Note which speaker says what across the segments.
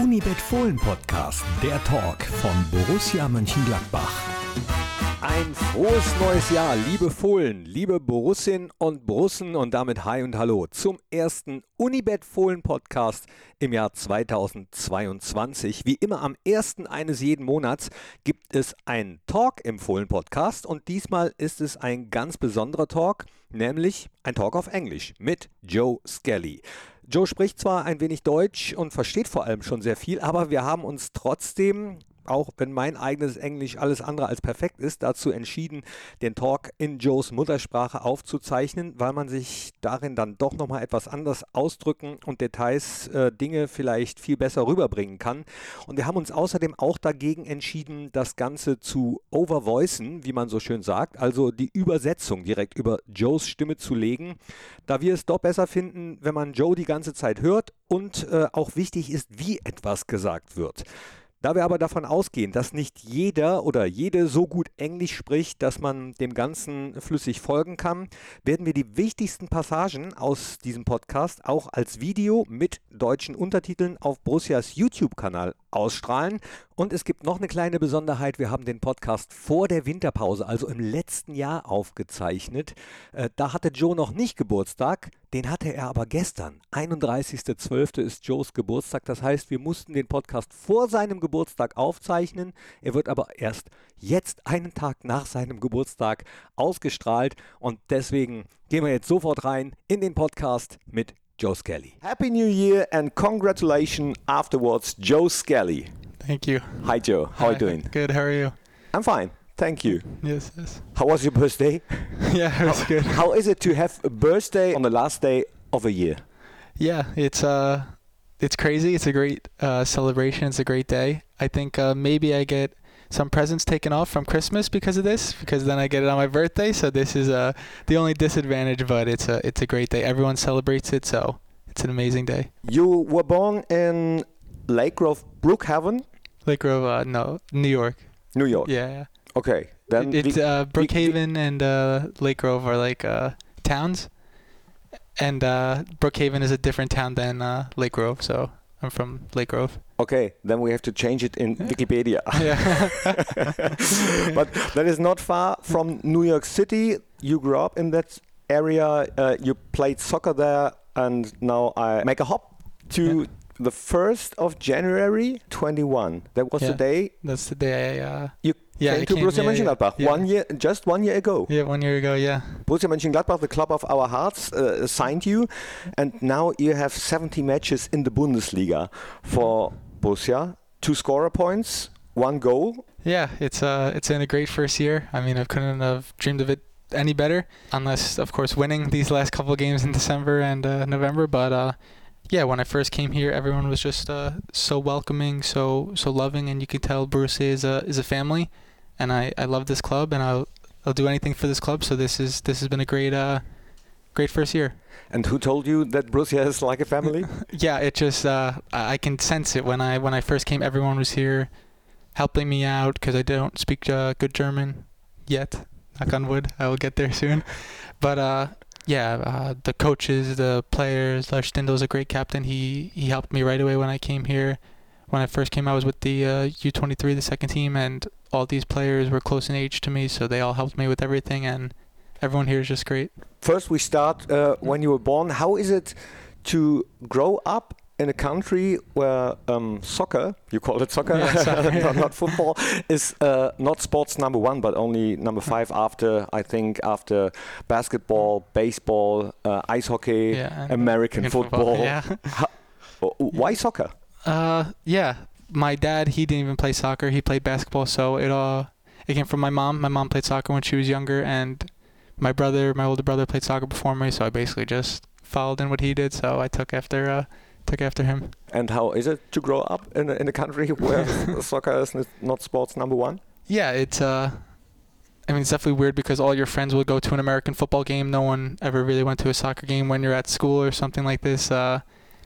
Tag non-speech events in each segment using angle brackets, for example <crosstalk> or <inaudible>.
Speaker 1: Unibet Fohlen Podcast, der Talk von Borussia Mönchengladbach.
Speaker 2: Ein frohes neues Jahr, liebe Fohlen, liebe Borussinnen und Borussen und damit Hi und Hallo zum ersten Unibet Fohlen Podcast im Jahr 2022. Wie immer am ersten eines jeden Monats gibt es einen Talk im Fohlen Podcast und diesmal ist es ein ganz besonderer Talk, nämlich ein Talk auf Englisch mit Joe Skelly. Joe spricht zwar ein wenig Deutsch und versteht vor allem schon sehr viel, aber wir haben uns trotzdem auch wenn mein eigenes Englisch alles andere als perfekt ist, dazu entschieden, den Talk in Joes Muttersprache aufzuzeichnen, weil man sich darin dann doch nochmal etwas anders ausdrücken und Details, äh, Dinge vielleicht viel besser rüberbringen kann. Und wir haben uns außerdem auch dagegen entschieden, das Ganze zu overvoicen, wie man so schön sagt, also die Übersetzung direkt über Joes Stimme zu legen, da wir es doch besser finden, wenn man Joe die ganze Zeit hört und äh, auch wichtig ist, wie etwas gesagt wird. Da wir aber davon ausgehen, dass nicht jeder oder jede so gut Englisch spricht, dass man dem Ganzen flüssig folgen kann, werden wir die wichtigsten Passagen aus diesem Podcast auch als Video mit deutschen Untertiteln auf Borussias YouTube-Kanal ausstrahlen. Und es gibt noch eine kleine Besonderheit. Wir haben den Podcast vor der Winterpause, also im letzten Jahr, aufgezeichnet. Äh, da hatte Joe noch nicht Geburtstag. Den hatte er aber gestern. 31.12. ist Joes Geburtstag. Das heißt, wir mussten den Podcast vor seinem Geburtstag aufzeichnen. Er wird aber erst jetzt einen Tag nach seinem Geburtstag ausgestrahlt. Und deswegen gehen wir jetzt sofort rein in den Podcast mit Joe Skelly.
Speaker 3: Happy New Year and congratulations afterwards, Joe Skelly.
Speaker 4: Thank you.
Speaker 3: Hi, Joe. How are
Speaker 4: Hi.
Speaker 3: you doing?
Speaker 4: Good. How are you?
Speaker 3: I'm fine. Thank you.
Speaker 4: Yes. Yes. <laughs>
Speaker 3: How was your birthday?
Speaker 4: Yeah, it was good.
Speaker 3: How is it to have a birthday on the last day of a year?
Speaker 4: Yeah, it's uh, it's crazy. It's a great uh, celebration. It's a great day. I think uh, maybe I get some presents taken off from Christmas because of this, because then I get it on my birthday. So this is uh, the only disadvantage, but it's a it's a great day. Everyone celebrates it, so it's an amazing day.
Speaker 3: You were born in Lake Grove, Brookhaven,
Speaker 4: Lake Grove, uh, no, New York.
Speaker 3: New York.
Speaker 4: Yeah. yeah.
Speaker 3: Okay. Then
Speaker 4: It- it's
Speaker 3: we-
Speaker 4: uh,
Speaker 3: we-
Speaker 4: Brookhaven and uh, Lake Grove are like uh, towns, and uh, Brookhaven is a different town than uh, Lake Grove. So I'm from
Speaker 3: <laughs>
Speaker 4: Lake Grove.
Speaker 3: okay. Then we have to change it in
Speaker 4: <laughs>
Speaker 3: Wikipedia. <laughs>
Speaker 4: Yeah,
Speaker 3: but that is not far from New York City. You grew up in that area. Uh, you played soccer there, and now I make a hop to
Speaker 4: Yeah.
Speaker 3: the first of January, 21. That was the
Speaker 4: Yeah.
Speaker 3: day
Speaker 4: that's the day. I, uh,
Speaker 3: you
Speaker 4: Yeah,
Speaker 3: came
Speaker 4: I
Speaker 3: to
Speaker 4: came-
Speaker 3: Borussia
Speaker 4: yeah, yeah,
Speaker 3: Mönchengladbach.
Speaker 4: yeah.
Speaker 3: One year, just one year ago.
Speaker 4: yeah, one year ago. Yeah,
Speaker 3: Borussia Mönchengladbach, the club of our hearts, uh, signed you, and now you have 70 matches in the Bundesliga for Borussia. Two scorer points, one goal,
Speaker 4: yeah. It's uh, it's been a great first year. I mean, I couldn't have dreamed of it any better, unless of course winning these last couple of games in December and uh, November. But uh, yeah, when I first came here, everyone was just uh, so welcoming, so so loving, and you could tell Borussia is a is a family, and I, I love this club, and I'll I'll do anything for this club. So this is this has been a great uh, great first year.
Speaker 3: And who told you that Borussia is like a family?
Speaker 4: Yeah, it just uh, I I can sense it when I when I first came. Everyone was here, helping me out because I don't speak uh, good German yet. Knock on wood, I will get there soon. But uh, yeah, uh, the coaches, the players. Lars Stindl's a great captain. He he helped me right away when I came here. When I first came, I was with the uh, U23, the second team, and all these players were close in age to me, so they all helped me with everything. And everyone here is just great.
Speaker 3: First, we start uh, when you were born. How is it to grow up in a country where um, soccer, you call it soccer,
Speaker 4: Yeah, soccer, yeah.
Speaker 3: <laughs> not, not football, is uh, not sports number one, but only number five after, I think, after basketball, baseball, uh, ice hockey,
Speaker 4: Yeah, and
Speaker 3: American
Speaker 4: in
Speaker 3: football.
Speaker 4: <laughs> Yeah.
Speaker 3: How- why soccer?
Speaker 4: Uh, yeah. My dad, he didn't even play soccer. He played basketball, so it all it came from my mom. My mom played soccer when she was younger, and my brother, my older brother, played soccer before me. So I basically just followed in what he did. So I took after uh, took after him.
Speaker 3: And how is it to grow up in a, in a country <laughs>
Speaker 4: <laughs>
Speaker 3: where soccer is n- not sports number one?
Speaker 4: Yeah, it's uh, I mean, it's definitely weird because all your friends will go to an American football game. No one ever really went to a soccer game when you're at school or something like this. Uh,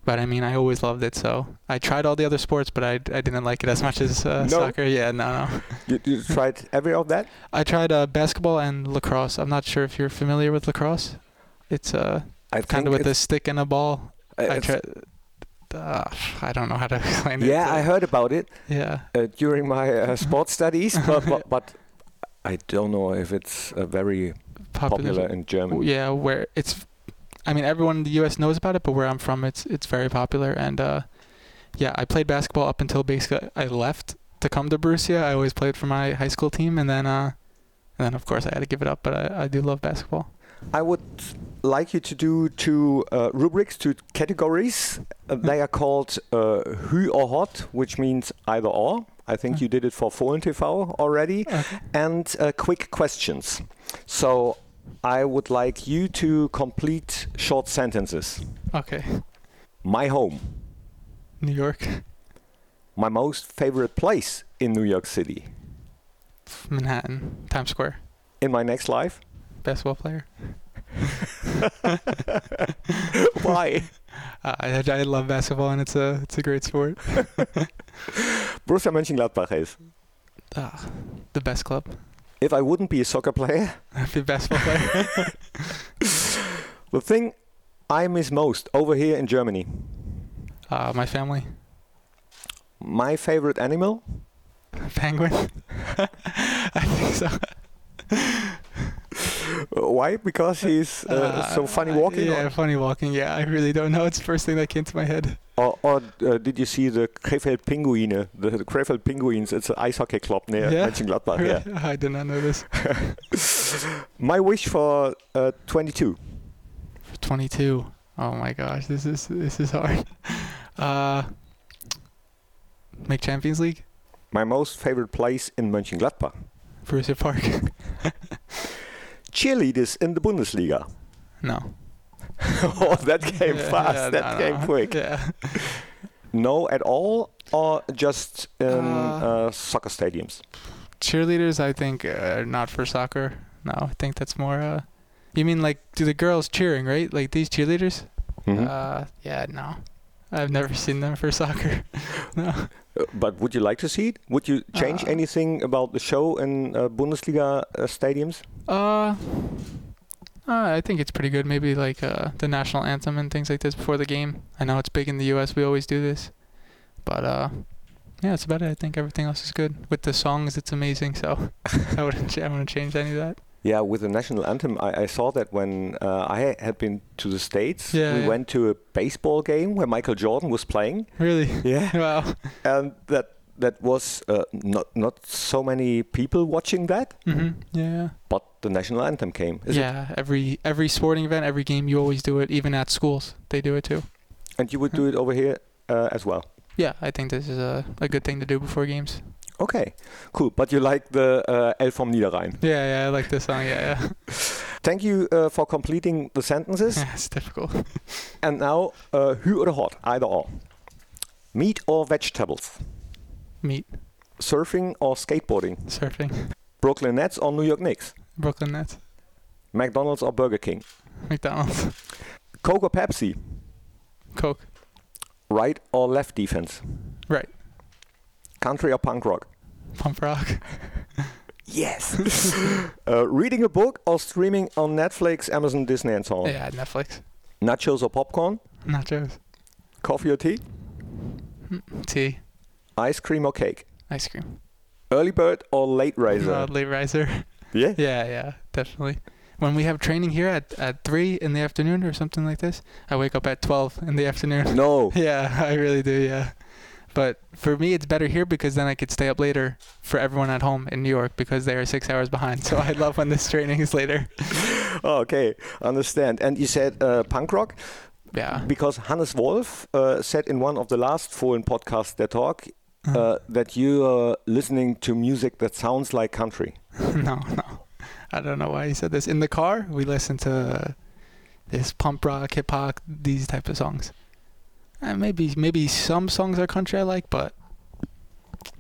Speaker 4: but I mean, I always loved it. So I tried all the other sports, but I, I didn't like it as much as uh,
Speaker 3: No.
Speaker 4: soccer. Yeah, no, no.
Speaker 3: You,
Speaker 4: <laughs>
Speaker 3: you tried every of that?
Speaker 4: I tried uh, basketball and lacrosse. I'm not sure if you're familiar with lacrosse. It's uh,
Speaker 3: I
Speaker 4: kind
Speaker 3: think
Speaker 4: of with a
Speaker 3: it's-
Speaker 4: stick and a ball.
Speaker 3: uh,
Speaker 4: I
Speaker 3: it's-
Speaker 4: try, uh, I don't know how to <laughs> explain it.
Speaker 3: Yeah,
Speaker 4: so-
Speaker 3: I heard about it
Speaker 4: Yeah.
Speaker 3: uh, during my
Speaker 4: <laughs>
Speaker 3: uh, sports studies, but, but but I don't know if it's uh, very popular in Germany.
Speaker 4: Yeah, where it's, I mean, everyone in the U.S. knows about it, but where I'm from, it's it's very popular. And uh, yeah, I played basketball up until basically I left to come to Borussia. I always played for my high school team, and then uh, and then of course I had to give it up. But I, I do love basketball.
Speaker 3: <laughs> I would like you to do two uh, rubrics, two categories. Uh,
Speaker 4: Hmm.
Speaker 3: they are called uh, Hü or Hot, which means either or. I
Speaker 4: Hmm.
Speaker 3: think you did it for Fohlen TV already. And uh, quick questions. So I would like you to complete short sentences.
Speaker 4: Okay,
Speaker 3: My home,
Speaker 4: New York,
Speaker 3: my most favorite place in New York City.
Speaker 4: Manhattan, Times Square,
Speaker 3: In my next life,
Speaker 4: basketball player.
Speaker 3: <laughs> why?
Speaker 4: Uh, I I love basketball, and it's a it's a great sport.
Speaker 3: Borussia Mönchengladbach is.
Speaker 4: Uh, the best club, <laughs>
Speaker 3: If I wouldn't be a soccer player,
Speaker 4: the
Speaker 3: <laughs>
Speaker 4: basketball player.
Speaker 3: the thing I miss most over here in Germany.
Speaker 4: Uh, my family, <laughs>
Speaker 3: My favorite animal?
Speaker 4: penguin. <laughs> I think so.
Speaker 3: Uh, Why? Because he's uh, so funny walking?
Speaker 4: Yeah, funny walking. Yeah, I really don't know. It's the first thing that came to my head.
Speaker 3: Or, or uh, did you see the Krefeld Pinguine? The, the Krefeld Penguins, it's an ice hockey club near
Speaker 4: <laughs> Yeah.
Speaker 3: Mönchengladbach. Uh, Yeah.
Speaker 4: Really? I did not know this.
Speaker 3: <laughs> My wish for uh, 22.
Speaker 4: 22. Oh my gosh, this is this is hard. <laughs> Uh, make Champions League,
Speaker 3: My most favorite place in Mönchengladbach.
Speaker 4: Borussia Park. <laughs>
Speaker 3: Cheerleaders in the Bundesliga. <laughs>
Speaker 4: no.
Speaker 3: oh, that came
Speaker 4: Yeah,
Speaker 3: fast.
Speaker 4: yeah,
Speaker 3: that
Speaker 4: no,
Speaker 3: came
Speaker 4: no.
Speaker 3: quick.
Speaker 4: Yeah.
Speaker 3: No at all, or just in uh,
Speaker 4: Uh,
Speaker 3: soccer stadiums?
Speaker 4: Cheerleaders, I think, are not for soccer. No, I think that's more. Uh, you mean like do the girls cheering, right? Like these cheerleaders?
Speaker 3: Mhm.
Speaker 4: Uh, yeah, no. I've never <laughs> seen them for soccer. no.
Speaker 3: Uh, But would you like to see it? Would you change
Speaker 4: Uh,
Speaker 3: anything about the show in uh, Bundesliga uh, stadiums?
Speaker 4: Uh, uh, I think it's pretty good. Maybe like uh, the national anthem and things like this before the game. I know it's big in the U.S. We always do this, but uh, yeah, that's about it. I think everything else is good. With the songs, it's amazing. So <laughs> I wouldn't, ch- I wouldn't change any of that.
Speaker 3: Yeah, with the national anthem, I, I saw that when uh, I had been to the States.
Speaker 4: Yeah,
Speaker 3: we
Speaker 4: yeah.
Speaker 3: went to a baseball game where Michael Jordan was playing.
Speaker 4: Really? <laughs>
Speaker 3: Yeah,
Speaker 4: Wow.
Speaker 3: and that that was uh, not not so many people watching that,
Speaker 4: Mhm. Yeah.
Speaker 3: but the national anthem came. Is it-
Speaker 4: yeah. Every every sporting event, every game, you always do it. Even at schools, they do it too.
Speaker 3: and you would do it over here uh, as well.
Speaker 4: Yeah, I think this is a, a good thing to do before games.
Speaker 3: Okay, cool. But you like the uh, El vom Niederrhein.
Speaker 4: Yeah, yeah, I like this song. Yeah, yeah.
Speaker 3: Thank you uh, for completing the sentences.
Speaker 4: <laughs> yeah <laughs> it's difficult.
Speaker 3: And now, uh, Hü oder Hot, either or. Meat or vegetables?
Speaker 4: Meet
Speaker 3: Surfing or skateboarding?
Speaker 4: surfing,
Speaker 3: Brooklyn Nets or New York Knicks?
Speaker 4: Brooklyn Nets,
Speaker 3: McDonald's or Burger King?
Speaker 4: McDonald's. <laughs>
Speaker 3: Coke or Pepsi?
Speaker 4: Coke,
Speaker 3: Right or left defense?
Speaker 4: Right.
Speaker 3: Country or punk rock?
Speaker 4: pump rock,
Speaker 3: Yes. uh, reading a book or streaming on Netflix, Amazon, Disney, and so on?
Speaker 4: yeah, Netflix,
Speaker 3: Nachos or popcorn?
Speaker 4: nachos, mm,
Speaker 3: Coffee or tea?
Speaker 4: tea,
Speaker 3: Ice cream or cake?
Speaker 4: ice cream,
Speaker 3: Early bird or late riser?
Speaker 4: Uh, late <laughs> riser.
Speaker 3: yeah.
Speaker 4: yeah, yeah, definitely. When we have training here at, at three in the afternoon or something like this, I wake up at twelve in the afternoon.
Speaker 3: No. <laughs>
Speaker 4: <laughs> yeah, I really do. Yeah, but for me, it's better here because then I could stay up later for everyone at home in New York because they are six hours behind. So I love when this <laughs> training is later.
Speaker 3: Oh, okay, understand. And you said uh, punk rock.
Speaker 4: Yeah, <laughs>
Speaker 3: because Hannes Wolf uh, said in one of the last Fohlen podcasts, their talk, uh, that you are listening to music that sounds like country.
Speaker 4: no, no. I don't know why he said this. In the car, we listen to uh, this pump rock, hip hop, these type of songs. And maybe maybe some songs are country I like, but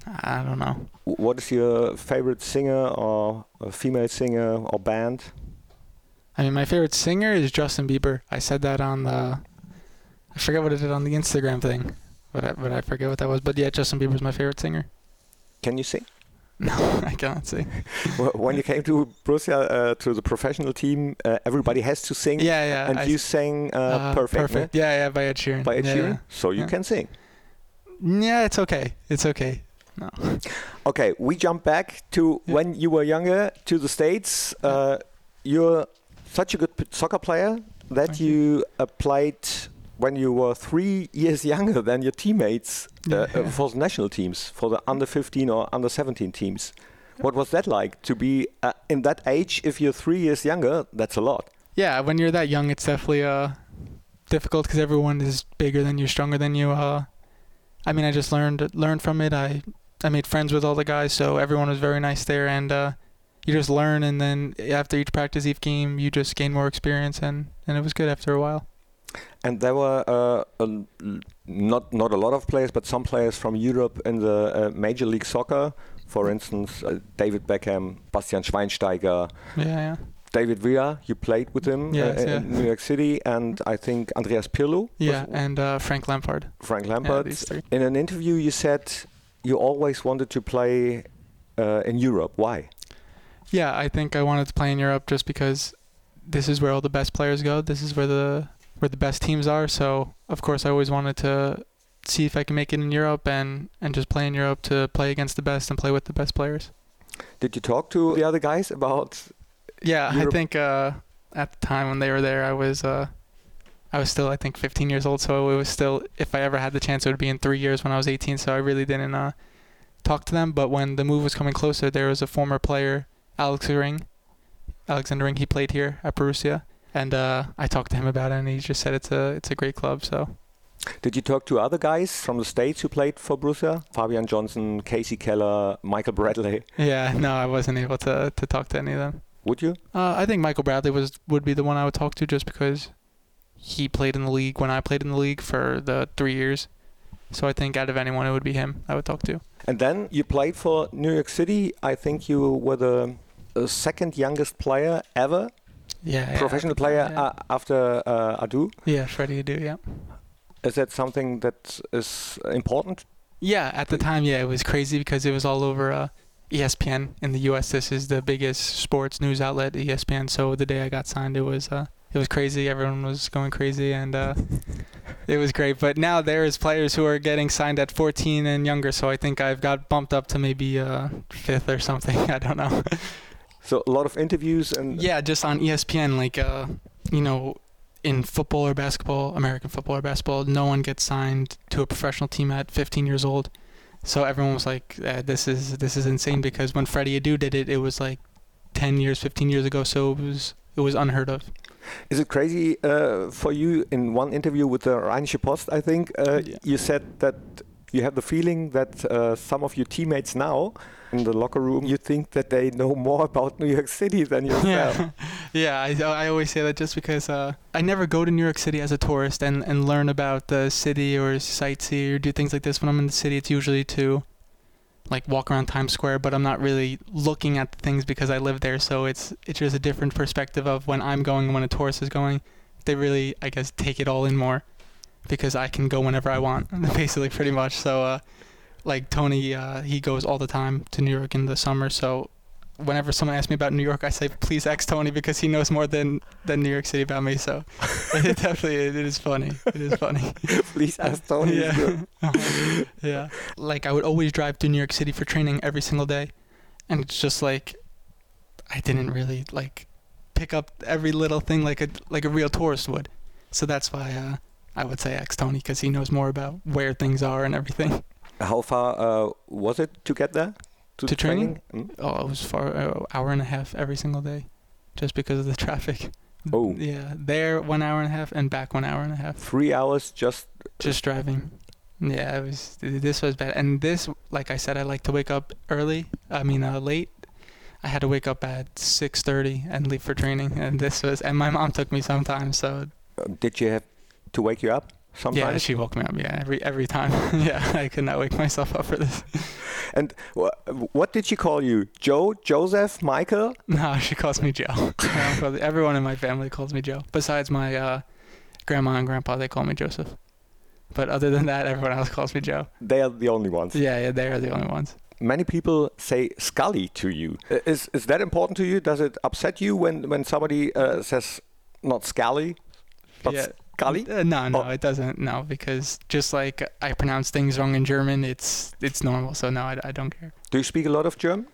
Speaker 4: I don't know.
Speaker 3: W- What is your favorite singer or a female singer or band?
Speaker 4: I mean, my favorite singer is Justin Bieber. I said that on the, I forget what I did on the Instagram thing, but I, but I forget what that was. But yeah, Justin Bieber is my favorite singer.
Speaker 3: Can you sing?
Speaker 4: <laughs> No, I cannot say.
Speaker 3: Wh- when you came to Borussia uh, to the professional team, uh, everybody has to sing.
Speaker 4: Yeah, yeah.
Speaker 3: And
Speaker 4: I
Speaker 3: you
Speaker 4: s-
Speaker 3: sang uh,
Speaker 4: uh,
Speaker 3: perfect,
Speaker 4: Perfect. Yeah, yeah. By Ed Sheeran.
Speaker 3: ne? by Ed
Speaker 4: yeah,
Speaker 3: Sheeran, so you
Speaker 4: Yeah.
Speaker 3: can sing.
Speaker 4: Yeah. yeah, it's okay. It's okay. No.
Speaker 3: Okay, we jump back to
Speaker 4: Yeah.
Speaker 3: when you were younger to the States. Uh, you're such a good p- soccer player that
Speaker 4: Thank
Speaker 3: you,
Speaker 4: you.
Speaker 3: Uh, played when you were three <laughs> years younger than your teammates uh, uh,
Speaker 4: Yeah.
Speaker 3: for the national teams, for the under 15 or under 17 teams. What was that like to be uh, in that age? If you're three years younger, that's a lot.
Speaker 4: yeah, when you're that young, it's definitely uh, difficult because everyone is bigger than you, stronger than you. Uh, I mean, I just learned learned from it. I I made friends with all the guys, so everyone was very nice there, and uh, you just learn. And then after each practice, each game, you just gain more experience, and and it was good after a while.
Speaker 3: And there were uh, a l- not not a lot of players, but some players from Europe in the uh, Major League Soccer.
Speaker 4: Mm.
Speaker 3: For instance, uh, David Beckham, Bastian Schweinsteiger,
Speaker 4: Yeah, yeah,
Speaker 3: David Villa. You played with him uh,
Speaker 4: Yes,
Speaker 3: in
Speaker 4: yeah.
Speaker 3: New York City, and I think Andreas Pirlo. was
Speaker 4: yeah.
Speaker 3: w-
Speaker 4: And uh, Frank Lampard.
Speaker 3: Frank
Speaker 4: Yeah,
Speaker 3: Lampard.
Speaker 4: these three.
Speaker 3: in an interview, you said you always wanted to play uh, in Europe. Why?
Speaker 4: Yeah, I think I wanted to play in Europe just because this is where all the best players go. This is where the where the best teams are. So of course, I always wanted to see if I can make it in Europe and and just play in Europe to play against the best and play with the best players.
Speaker 3: Did you talk to the other guys about?
Speaker 4: Yeah,
Speaker 3: Europe-
Speaker 4: I think uh, at the time when they were there, I was uh, I was still I think 15 years old. So it was still if I ever had the chance, it would be in three years when I was 18. So I really didn't uh, talk to them. But when the move was coming closer, there was a former player, Alex Ring, Alexander Ring. He played here at Borussia, and uh, I talked to him about it, and he just said it's a it's a great club. So
Speaker 3: Did you talk to other guys from the states who played for Borussia? Fabian Johnson, Casey Keller, Michael Bradley.
Speaker 4: yeah, <laughs> no, I wasn't able to to talk to any of them.
Speaker 3: Would you?
Speaker 4: Uh, I think Michael Bradley was would be the one I would talk to just because he played in the league when I played in the league for the three years. So I think out of anyone, it would be him I would talk to.
Speaker 3: And then you played for New York City. I think you were the uh, second youngest player ever,
Speaker 4: Yeah,
Speaker 3: professional
Speaker 4: yeah, I
Speaker 3: player
Speaker 4: think- Yeah,
Speaker 3: uh, after uh, Adu.
Speaker 4: yeah Freddie do. Yeah,
Speaker 3: Is that something that is important?
Speaker 4: yeah. At the time, yeah, it was crazy because it was all over uh, ESPN in the U.S. This is the biggest sports news outlet, E ESPN. So the day I got signed, it was uh, it was crazy. Everyone was going crazy, and uh, it was great. But now there is players who are getting signed at 14 and younger. So I think I've got bumped up to maybe uh, fifth or something. <laughs> I don't know.
Speaker 3: So a lot of interviews and
Speaker 4: yeah, just on ESPN, like uh, you know, in football or basketball, American football or basketball, no one gets signed to a professional team at 15 years old. So everyone was like, uh, "This is this is insane." Because when Freddie Adu did it, it was like 10 years, 15 years ago. So it was it was unheard of.
Speaker 3: Is it crazy uh, for you in one interview with the Rheinische Post? I think uh,
Speaker 4: Yeah.
Speaker 3: you said that you have the feeling that uh, some of your teammates now in the locker room, you think that they know more about New York City than yourself.
Speaker 4: Yeah, yeah. I, I always say that just because uh, I never go to New York City as a tourist and, and learn about the city or sightsee or do things like this. When I'm in the city, it's usually to like walk around Times Square, but I'm not really looking at the things because I live there. So it's it's just a different perspective of when I'm going and when a tourist is going. They really, I guess, take it all in more because I can go whenever I want, <laughs> basically, pretty much. So, uh, like Tony, uh, he goes all the time to New York in the summer. So whenever someone asks me about New York, I say please ask Tony because he knows more than than New York City about me. So it definitely it is funny. It is funny.
Speaker 3: <laughs> Please ask Tony. if you-
Speaker 4: <laughs> yeah. <laughs> yeah. Like I would always drive to New York City for training every single day, and it's just like I didn't really like pick up every little thing like a like a real tourist would. So that's why uh, I would say ask Tony because he knows more about where things are and everything.
Speaker 3: How far uh, was it to get there?
Speaker 4: To
Speaker 3: the
Speaker 4: training?
Speaker 3: Mm.
Speaker 4: Oh, it was for an hour and a half every single day, just because of the <laughs> traffic.
Speaker 3: Oh.
Speaker 4: Yeah, there one hour and a half and back one hour and a half,
Speaker 3: Three hours just.
Speaker 4: just driving. Yeah, it was. This was bad. And this, like I said, I like to wake up early. I mean, uh, late. I had to wake up at 6:30 and leave for training. And this was. And my mom took me sometimes. So
Speaker 3: Uh, did you have to wake you up
Speaker 4: yeah,
Speaker 3: sometimes?
Speaker 4: she woke me up. Yeah, every every time. <laughs> yeah, I could not wake myself up for this.
Speaker 3: And wha- what did she call you? Joe, Joseph, Michael?
Speaker 4: <laughs> No, she calls me Joe.
Speaker 3: <laughs>
Speaker 4: <laughs> Yeah, probably- Everyone in my family calls me Joe. Besides my uh, grandma and grandpa, they call me Joseph. But other than that, everyone else calls me Joe.
Speaker 3: They are the only ones.
Speaker 4: Yeah, yeah, they are the only ones.
Speaker 3: many people say Scully to you. I- Is is that important to you? Does it upset you when when somebody uh, says not Scully, but
Speaker 4: Yeah.
Speaker 3: Scully?
Speaker 4: Uh, no, no,
Speaker 3: Oh.
Speaker 4: it doesn't. No, because just like I pronounce things wrong in German, it's it's normal. So no, I, I don't care.
Speaker 3: Do you speak a lot of German?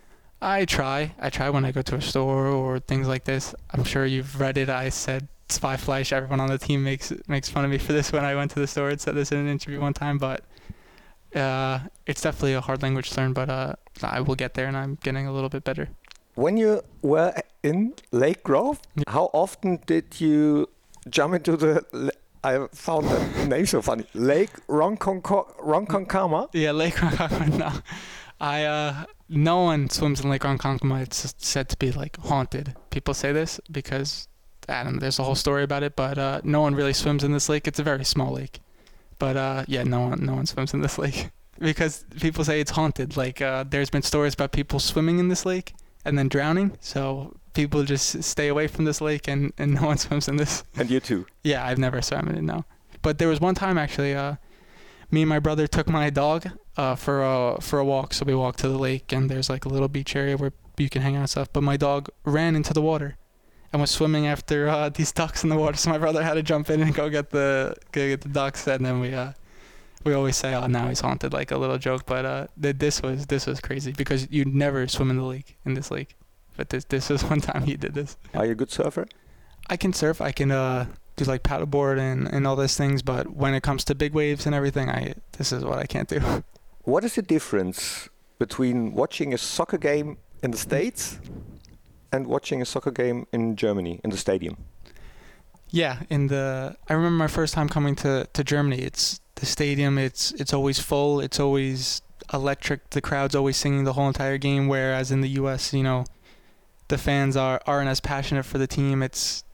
Speaker 4: I try. I try when I go to a store or things like this. I'm sure you've read it. I said spy flash. Everyone on the team makes makes fun of me for this when I went to the store and said this in an interview one time. But uh, it's definitely a hard language to learn. But uh, I will get there, and I'm getting a little bit better.
Speaker 3: When you were in Lake Grove,
Speaker 4: Yeah.
Speaker 3: how often did you jump into the? l- I found the name so funny. Lake Ronconco- Ronkonkoma.
Speaker 4: Yeah, Lake Ronkonkoma. <laughs> No, I uh, no one swims in Lake Ronkonkoma. It's said to be like haunted. People say this because Adam, there's a whole story about it, but uh, no one really swims in this lake. It's a very small lake, but uh, yeah, no one no one swims in this lake <laughs> because people say it's haunted. Like uh, there's been stories about people swimming in this lake and then drowning. So people just stay away from this lake, and and no one <laughs> swims in this.
Speaker 3: And you too.
Speaker 4: Yeah, I've never swam in it, no. But there was one time actually, uh, me and my brother took my dog uh, for a for a walk. So we walked to the lake, and there's like a little beach area where you can hang out and stuff. But my dog ran into the water, and was swimming after uh, <laughs> these ducks in the water. So my brother had to jump in and go get the go get the ducks, and then we uh, we always say, "Oh, now he's haunted," like a little joke. But uh, th- this was this was crazy because you never swim in the lake in this lake. But this this was <laughs> one time he did this.
Speaker 3: Are you a good surfer?
Speaker 4: I can surf. I can uh, do like paddleboard and, and all those things. But when it comes to big waves and everything, I this is what I can't do. <laughs>
Speaker 3: What is the difference between watching a soccer game in the States and watching a soccer game in Germany in the stadium?
Speaker 4: Yeah, in the I remember my first time coming to, to Germany. It's the stadium. It's it's always full. It's always electric. The crowd's always singing the whole entire game. Whereas in the U.S., you know, the fans are aren't as passionate for the team. It's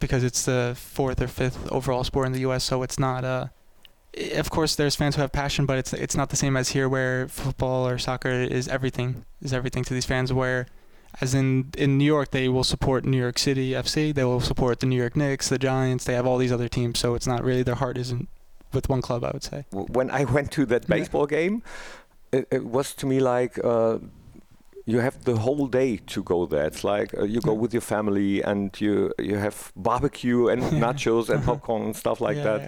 Speaker 4: because it's the fourth or fifth overall sport in the U.S., so it's not uh i- Of course, there's fans who have passion, but it's it's not the same as here, where football or soccer is everything is everything to these fans. Where as in in New York, they will support New York City FC. They will support the New York Knicks, the Giants. They have all these other teams, so it's not really their heart isn't with one club. I would say.
Speaker 3: W- When I <laughs> went to that
Speaker 4: Yeah.
Speaker 3: baseball game, it, it was to me like uh, you have the whole day to go there. It's like uh, you go
Speaker 4: Yeah.
Speaker 3: with your family and you you have barbecue
Speaker 4: <laughs>
Speaker 3: and nachos and
Speaker 4: Uh-huh.
Speaker 3: popcorn and stuff like
Speaker 4: Yeah,
Speaker 3: that.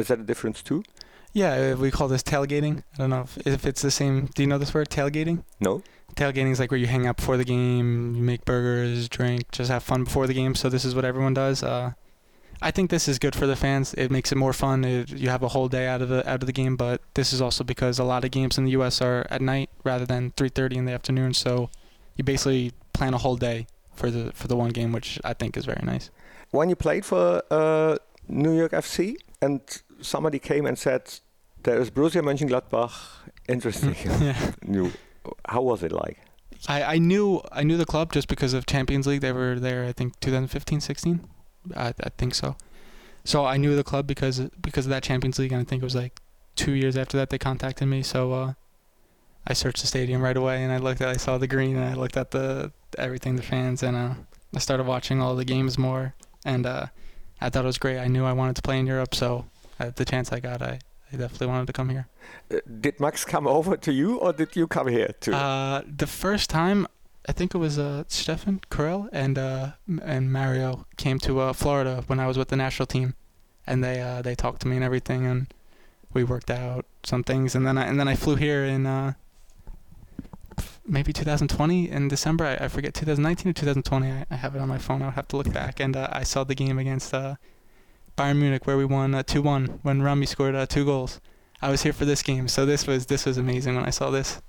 Speaker 3: Is that a difference too?
Speaker 4: Yeah. yeah, uh, we call this tailgating. I don't know if, if it's the same. Do you know this word tailgating?
Speaker 3: No.
Speaker 4: Tailgating is like where you hang out before the game, you make burgers, drink, just have fun before the game. So this is what everyone does. Uh, I think this is good for the fans. It makes it more fun. It, you have a whole day out of the out of the game, but this is also because a lot of games in the U.S. are at night rather than 3:30 in the afternoon. So you basically plan a whole day for the for the one game, which I think is very nice.
Speaker 3: When you played for uh, New York FC and somebody came and said there is Borussia Mönchengladbach
Speaker 4: <laughs>
Speaker 3: interesting.
Speaker 4: yeah.
Speaker 3: new. How was it like?
Speaker 4: I, I knew I knew the club just because of Champions League. They were there, I think, 2015, 16. I, I think so. So I knew the club because because of that Champions League, and I think it was like two years after that they contacted me. So uh, I searched the stadium right away, and I looked at, I saw the green, and I looked at the everything, the fans, and uh, I started watching all the games more, and uh, I thought it was great. I knew I wanted to play in Europe, so at the chance I got, I, I definitely wanted to come here.
Speaker 3: Uh, did Max come <laughs> over to you or did you come here to?
Speaker 4: Uh, the first time, I think it was uh, Stefan Carell and uh, M- and Mario came to uh, Florida when I was with the national team, and they uh, they talked to me and everything, and we worked out some things, and then I and then I flew here in uh, maybe 2020 in December. I, I forget 2019 or 2020. I, I have it on my phone. I would have to look back, and uh, I saw the game against uh, Bayern Munich where we won uh, 2-1 when Rami scored uh, two goals. I was here for this game, so this was this was amazing when I saw this.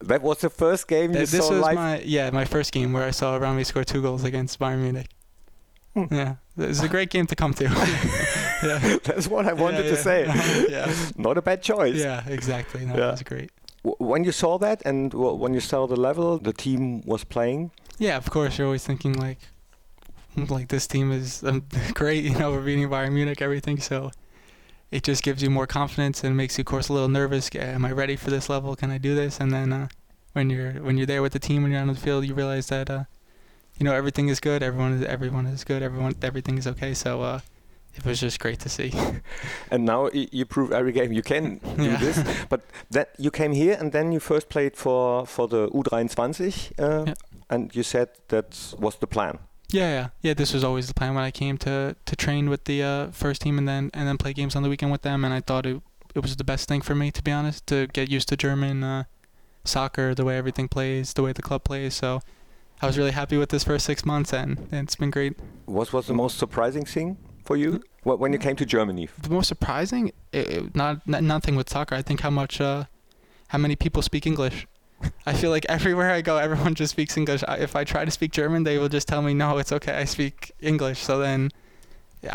Speaker 3: that was the first game you
Speaker 4: Th- this
Speaker 3: saw
Speaker 4: was
Speaker 3: live.
Speaker 4: my yeah my first game where I saw Rami score two goals against Bayern Munich.
Speaker 3: Hmm.
Speaker 4: Yeah, it was a great game to <laughs> come to. yeah.
Speaker 3: <laughs> That's what I wanted to say.
Speaker 4: yeah, <laughs>
Speaker 3: <laughs> Not a bad choice.
Speaker 4: yeah, exactly. No,
Speaker 3: Yeah.
Speaker 4: That was great.
Speaker 3: W- when you saw that and w- when you saw the level the team was playing,
Speaker 4: Yeah, of course you're always thinking like, like this team is um, <laughs> great. You know, we're beating Bayern Munich, everything. So it just gives you more confidence and makes you, of course, a little nervous. G- Am I ready for this level? Can I do this? And then uh, when you're when you're there with the team, when you're on the field, you realize that uh, you know everything is good. Everyone is everyone is good. Everyone everything is okay. So uh, it was just great to see.
Speaker 3: And now y- you prove every game you can do
Speaker 4: Yeah. <laughs>
Speaker 3: this. But that you came here and then you first played for for the U23, uh,
Speaker 4: Yeah.
Speaker 3: and you said that was the plan.
Speaker 4: Yeah, yeah, yeah. This was always the plan when I came to to train with the uh, first team and then and then play games on the weekend with them. And I thought it it was the best thing for me to be honest to get used to German uh, soccer, the way everything plays, the way the club plays. So I was really happy with this first six months, and, and it's been great.
Speaker 3: What was the most surprising thing for you Wh- when you came to Germany?
Speaker 4: The most surprising, it, it- not, n nothing with soccer. I think how much uh, how many people speak English. <laughs> I feel like everywhere I go, everyone just speaks English. I, if I try to speak German, they will just tell me, "No, it's okay. I speak English." So then,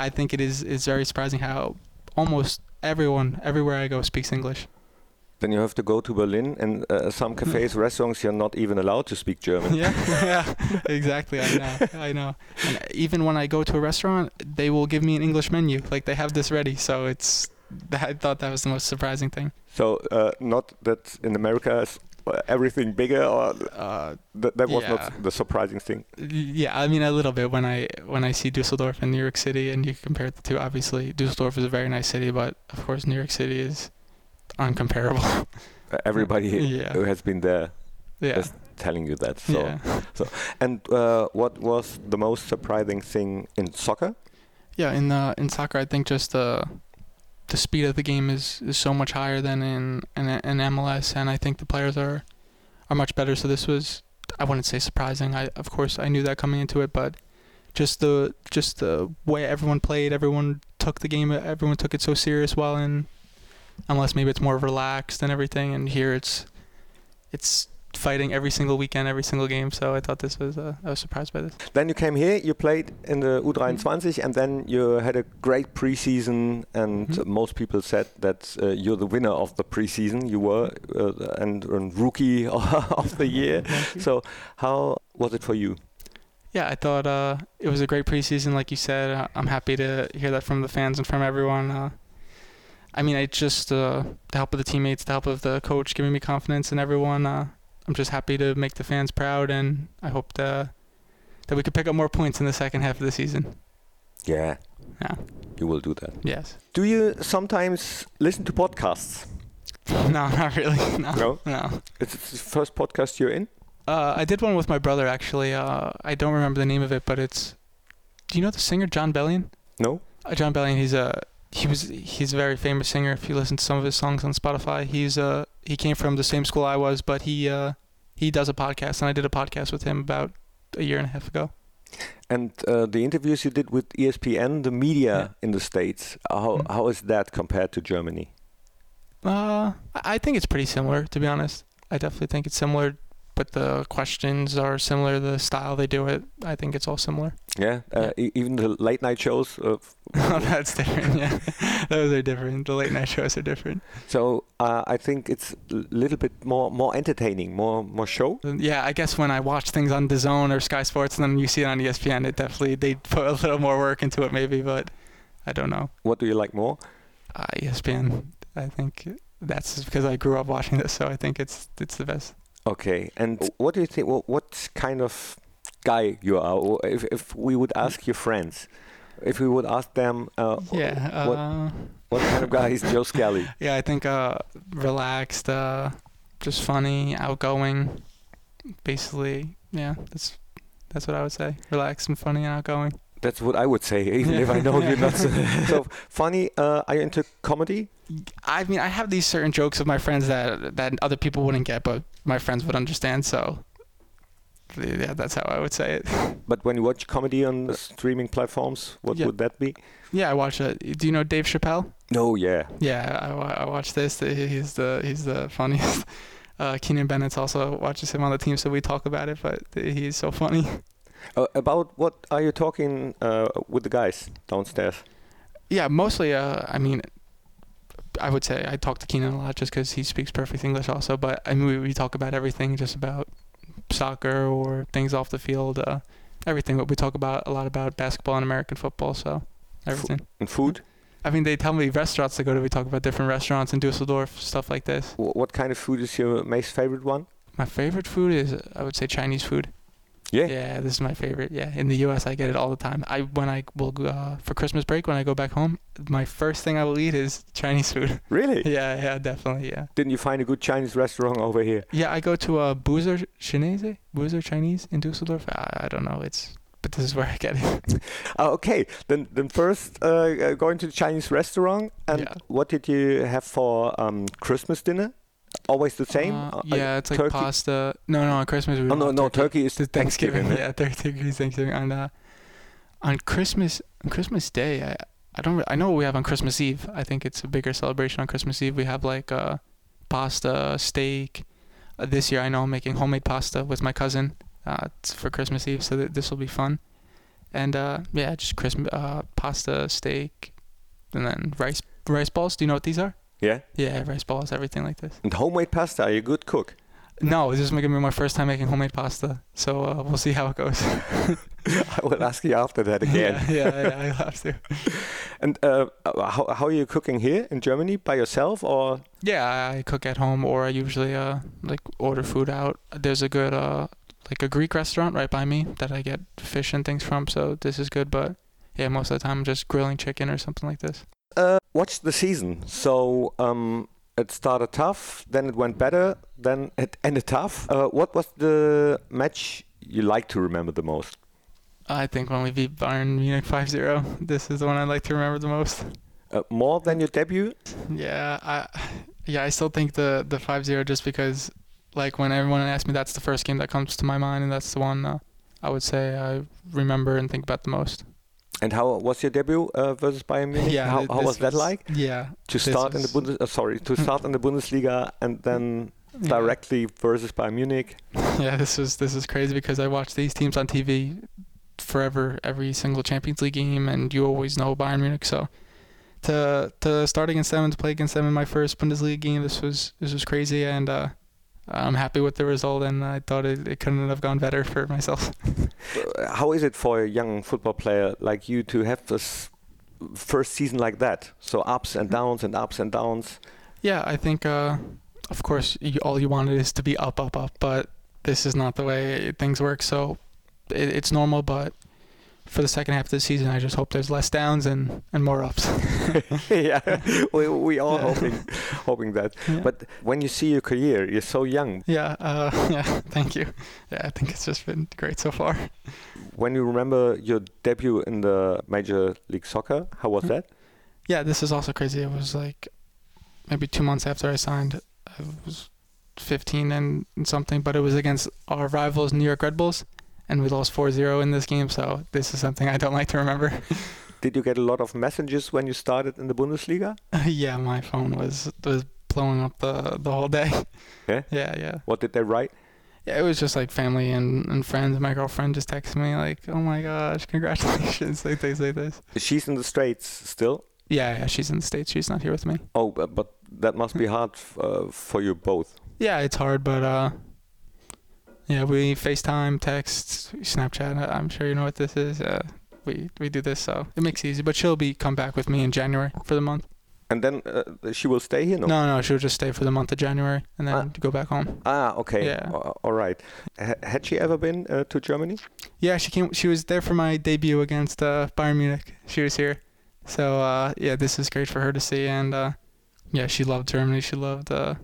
Speaker 4: I think it is it's very surprising how almost everyone everywhere I go speaks English. <laughs>
Speaker 3: Then you have to go to Berlin, and uh, some
Speaker 4: <laughs>
Speaker 3: cafes, restaurants, you're not even allowed to speak German.
Speaker 4: yeah, yeah, <laughs> exactly. I know, I know. And even when I go to a restaurant, they will give me an English menu. Like they have this ready. So it's I thought that was the most surprising thing.
Speaker 3: So uh, not that in America is uh, everything bigger, or
Speaker 4: Uh,
Speaker 3: th- that was
Speaker 4: Yeah.
Speaker 3: not the surprising thing.
Speaker 4: yeah, I mean a little bit when I when I see Dusseldorf and New York City, and you compare the two. Obviously, Dusseldorf is a very nice city, but of course New York City is uncomparable.
Speaker 3: Uh, everybody
Speaker 4: <laughs>
Speaker 3: <laughs>
Speaker 4: Yeah.
Speaker 3: who has been there
Speaker 4: yeah.
Speaker 3: That's telling you that. So.
Speaker 4: Yeah.
Speaker 3: And uh, what was the most surprising thing in soccer?
Speaker 4: Yeah, in the in soccer, I think just the the speed of the game is, is so much higher than in, in in MLS, and I think the players are are much better. So this was I wouldn't say surprising. I of course I knew that coming into it, but just the just the way everyone played, everyone took the game, everyone took it so serious. While in MLS, maybe it's more relaxed and everything, and here it's it's fighting every single weekend, every single game. So I thought this was uh, I was surprised by this.
Speaker 3: Then you came here, you played in the
Speaker 4: Mm-hmm.
Speaker 3: U23, and then you had a great preseason. And
Speaker 4: Mhm.
Speaker 3: most people said that uh, you're the winner of the preseason. You were uh, and, and rookie <laughs> of the
Speaker 4: <laughs>
Speaker 3: year. So how was it for you?
Speaker 4: Yeah, I thought uh, it was a great preseason, like you said. I- I'm happy to hear that from the fans and from everyone. Uh, I mean, I just uh, the help of the teammates, the help of the coach, giving me confidence, and everyone. Uh, I'm just happy to make the fans proud, and I hope that that we could pick up more points in the second half of the season.
Speaker 3: Yeah.
Speaker 4: Yeah.
Speaker 3: You will do that.
Speaker 4: Yes. <laughs>
Speaker 3: Do you sometimes listen to podcasts?
Speaker 4: No, not really. <laughs> No.
Speaker 3: No?
Speaker 4: No.
Speaker 3: It's it's the first podcast you're in.
Speaker 4: Uh, I did one with my brother actually. Uh, I don't remember the name of it, but it's. Do you know the singer John Bellion?
Speaker 3: No.
Speaker 4: Uh, John Bellion. He's a he was he's a very famous singer. If you listen to some of his songs on Spotify, he's uh he came from the same school I was, but he uh he does a podcast, and I did a podcast with him about a year and a half ago.
Speaker 3: And uh, the interviews you did with E ESPN, the media in the States, how,
Speaker 4: Mm.
Speaker 3: how is that compared to Germany?
Speaker 4: Uh, I I think it's pretty similar, to be honest. I definitely think it's similar, but the questions are similar. The style they do it, I think it's all similar. <laughs>
Speaker 3: Yeah, uh, e- even the late night shows. Uh, f-
Speaker 4: oh, that's different. Yeah, <laughs> those are different. The late night shows are different.
Speaker 3: so uh, I think it's a little bit more more entertaining, more more show.
Speaker 4: Then, Yeah, I guess when I watch things on DAZN or Sky Sports, and then you see it on E ESPN, it definitely they put a little more work into it, maybe. But I don't know.
Speaker 3: What do you like more?
Speaker 4: Uh, ESPN, I think that's just because I grew up watching this, so I think it's it's the best.
Speaker 3: Okay, and what do you think? wha- what kind of guy you are? Or If if we would ask your friends, if we would ask them, uh, wh-
Speaker 4: Yeah,
Speaker 3: what-
Speaker 4: uh,
Speaker 3: what kind of guy is Joe Scally?
Speaker 4: yeah, I think uh, relaxed, uh, just funny, outgoing, basically. Yeah, that's that's what I would say. Relaxed and funny and outgoing.
Speaker 3: That's what I would say, even if I know you're
Speaker 4: <laughs>
Speaker 3: not so, so funny. Uh, are you into comedy?
Speaker 4: I mean, I have these certain jokes of my friends that that other people wouldn't get, but my friends would understand. So, yeah, that's how I would say it. <laughs>
Speaker 3: But when you watch comedy on the streaming platforms, what
Speaker 4: Yeah.
Speaker 3: would that be?
Speaker 4: Yeah, I watch it. Do you know Dave Chappelle?
Speaker 3: No, yeah.
Speaker 4: Yeah, I, wa- I watch this. He's the he's the funniest. <laughs> Uh, Keenan Bennett's also watches him on the team, so we talk about it. But he's so funny.
Speaker 3: Uh, about what are you talking uh, with the guys downstairs?
Speaker 4: Yeah, mostly. Uh, I mean, I would say I talk to Keenan a lot just because he speaks perfect English, also. But I mean, we, we talk about everything, just about soccer or things off the field, uh, everything. But we talk about a lot about basketball and American football, so everything.
Speaker 3: And food?
Speaker 4: I mean, they tell me restaurants to go to. We talk about different restaurants in Dusseldorf, stuff like this.
Speaker 3: Wh- what kind of food is your most favorite one?
Speaker 4: My favorite food is, I would say, Chinese food.
Speaker 3: Yeah.
Speaker 4: Yeah, this is my favorite. Yeah, in the U.S. I get it all the time. I when I will go, uh, for Christmas break when I go back home, my first thing I will eat is Chinese food.
Speaker 3: Really?
Speaker 4: <laughs> yeah, yeah, definitely, yeah.
Speaker 3: Didn't you find a good Chinese restaurant over here?
Speaker 4: Yeah, I go to a uh, Boozer Chinese, Boozer Chinese in Dusseldorf. I, I don't know. It's but this is where I get it.
Speaker 3: Uh, okay, then then first uh, uh, going to the Chinese restaurant. And
Speaker 4: Yeah.
Speaker 3: what did you have for um, Christmas dinner? Always the same?
Speaker 4: Uh,
Speaker 3: Uh,
Speaker 4: yeah, it's like
Speaker 3: turkey?
Speaker 4: pasta. No, no, on Christmas we
Speaker 3: Oh, no,
Speaker 4: want
Speaker 3: no, turkey is
Speaker 4: to
Speaker 3: Thanksgiving.
Speaker 4: <laughs> Thanksgiving.
Speaker 3: eh?
Speaker 4: Yeah, thirty degrees Thanksgiving. On uh, on Christmas on Christmas Day, I I don't re- I know what we have on Christmas Eve. I think it's a bigger celebration on Christmas Eve. We have like uh, pasta, steak. Uh, this year I know I'm making homemade pasta with my cousin. Uh, it's for Christmas Eve, so th- this will be fun. And uh, yeah, just Christmas uh, pasta, steak, and then rice rice balls. Do you know what these are?
Speaker 3: Yeah.
Speaker 4: Yeah, rice balls, everything like this.
Speaker 3: And homemade pasta. Are you a good
Speaker 4: <laughs>
Speaker 3: cook? <laughs>
Speaker 4: No, this is gonna be my first time making homemade pasta, so uh, we'll see how it goes.
Speaker 3: I will ask you after that again.
Speaker 4: yeah, <laughs> yeah, yeah, I'll have to.
Speaker 3: And uh, uh, how, how are you cooking here in Germany by yourself or?
Speaker 4: Yeah, I cook at home, or I usually uh like order food out. There's a good uh like a Greek restaurant right by me that I get fish and things from, so this is good. But yeah, most of the time I'm just grilling chicken or something like this.
Speaker 3: Uh, what's the season? So um, it started tough, then it went better, then it ended tough. Uh, what was the match you like to remember the most?
Speaker 4: I think when we beat Bayern Munich 5-0, this is the one I like to remember the most.
Speaker 3: Uh, more than your debut?
Speaker 4: Yeah, I yeah, I still think the the 5-0 just because like when everyone asks me that's the first game that comes to my mind and that's the one uh, I would say I remember and think about the most.
Speaker 3: And how was your debut uh, versus Bayern Munich?
Speaker 4: Yeah,
Speaker 3: how,
Speaker 4: th-
Speaker 3: how
Speaker 4: this
Speaker 3: was that like?
Speaker 4: Yeah.
Speaker 3: To
Speaker 4: this
Speaker 3: start in the
Speaker 4: was-
Speaker 3: Bundes, uh, sorry,
Speaker 4: <laughs>
Speaker 3: to start in the Bundesliga and then
Speaker 4: yeah.
Speaker 3: directly versus Bayern Munich.
Speaker 4: Yeah, this was this is crazy because I watched these teams on TV forever, every single Champions League game, and you always know Bayern Munich. So to to start against them and to play against them in my first Bundesliga game, this was this was crazy, and uh, I'm happy with the result, and I thought it, it couldn't have gone better for myself.
Speaker 3: Uh, How is it for a young football player like you to have this first season like that? So ups
Speaker 4: Mm-hmm.
Speaker 3: and downs and ups and
Speaker 4: <laughs>
Speaker 3: downs.
Speaker 4: Yeah, I think uh, of course you, all you wanted is to be up, up, up, but this is not the way things work. So it, it's normal, but for the second half of the season, I just hope there's less downs and and more ups. <laughs>
Speaker 3: yeah, <laughs> we we all
Speaker 4: Yeah. <laughs>
Speaker 3: hoping hoping that.
Speaker 4: Yeah.
Speaker 3: But when you see your career, you're so young.
Speaker 4: Yeah, uh, <laughs> yeah, thank you. Yeah, I think it's just been great so far.
Speaker 3: When you remember your debut in the Major League Soccer, how was
Speaker 4: Mm.
Speaker 3: that?
Speaker 4: Yeah, this is also crazy. It was like maybe two months after I signed. I was 15 and and something, but it was against our rivals, New York Red Bulls, and we lost 4 0 in this game, so this is something I don't like to remember.
Speaker 3: Did you get a lot of messages when you started in the Bundesliga?
Speaker 4: <laughs> yeah, my phone was, was blowing up the, the whole day. <laughs>
Speaker 3: Yeah?
Speaker 4: Yeah, yeah.
Speaker 3: What did they write?
Speaker 4: Yeah, it was just like family and, and friends. My girlfriend just texted me, like, oh my gosh, congratulations, <laughs> like things like this.
Speaker 3: She's in the States still.
Speaker 4: Yeah, yeah, she's in the States. She's not here with me.
Speaker 3: Oh, but, but that must
Speaker 4: Hmm.
Speaker 3: be hard f- uh, for you both.
Speaker 4: Yeah, it's hard, but uh, yeah, we FaceTime, text, Snapchat. I- I'm sure you know what this is. Uh, we we do this, so it makes it easy. But she'll be come back with me in January for the month.
Speaker 3: And then uh, she will stay here?
Speaker 4: No, no, she'll just stay for the month of January and then
Speaker 3: Ah.
Speaker 4: go back home.
Speaker 3: Ah, okay.
Speaker 4: Yeah.
Speaker 3: A- all right. H- had she ever been uh, to Germany?
Speaker 4: Yeah, she came. She was there for my debut against uh, Bayern Munich. She was here, so uh, yeah, this is great for her to see. And uh, yeah, she loved Germany. She loved uh,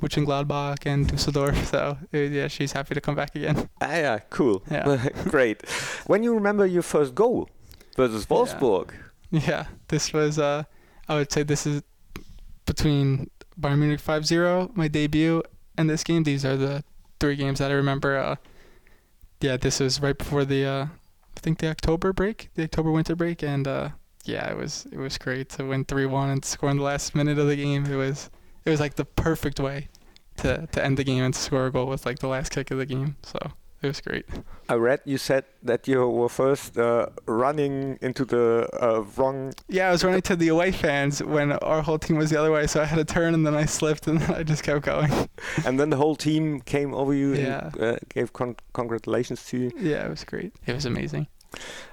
Speaker 4: Gladbach and Dusseldorf. So uh, yeah, she's happy to come back again. <laughs>
Speaker 3: Ah, yeah, cool.
Speaker 4: Yeah.
Speaker 3: <laughs> Great. When you remember your first goal versus
Speaker 4: Yeah.
Speaker 3: Wolfsburg,
Speaker 4: <laughs> Yeah, this was uh I would say this is between Bayern Munich 5-0, my debut, and this game. These are the three games that I remember. Uh, yeah, this was right before the uh, I think the October break, the October winter break, and uh, yeah, it was it was great to win 3-1 and score in the last minute of the game. It was it was like the perfect way to to end the game and score a goal with like the last kick of the game. So it was great.
Speaker 3: I read you said that you were first uh, running into the uh, wrong.
Speaker 4: Yeah, I was running to the away fans when our whole team was the other way, so I had to turn and then I slipped and <laughs> then I just kept going.
Speaker 3: And then the whole team came over you
Speaker 4: Yeah.
Speaker 3: and uh, gave con- congratulations to you.
Speaker 4: Yeah, it was great. It was amazing.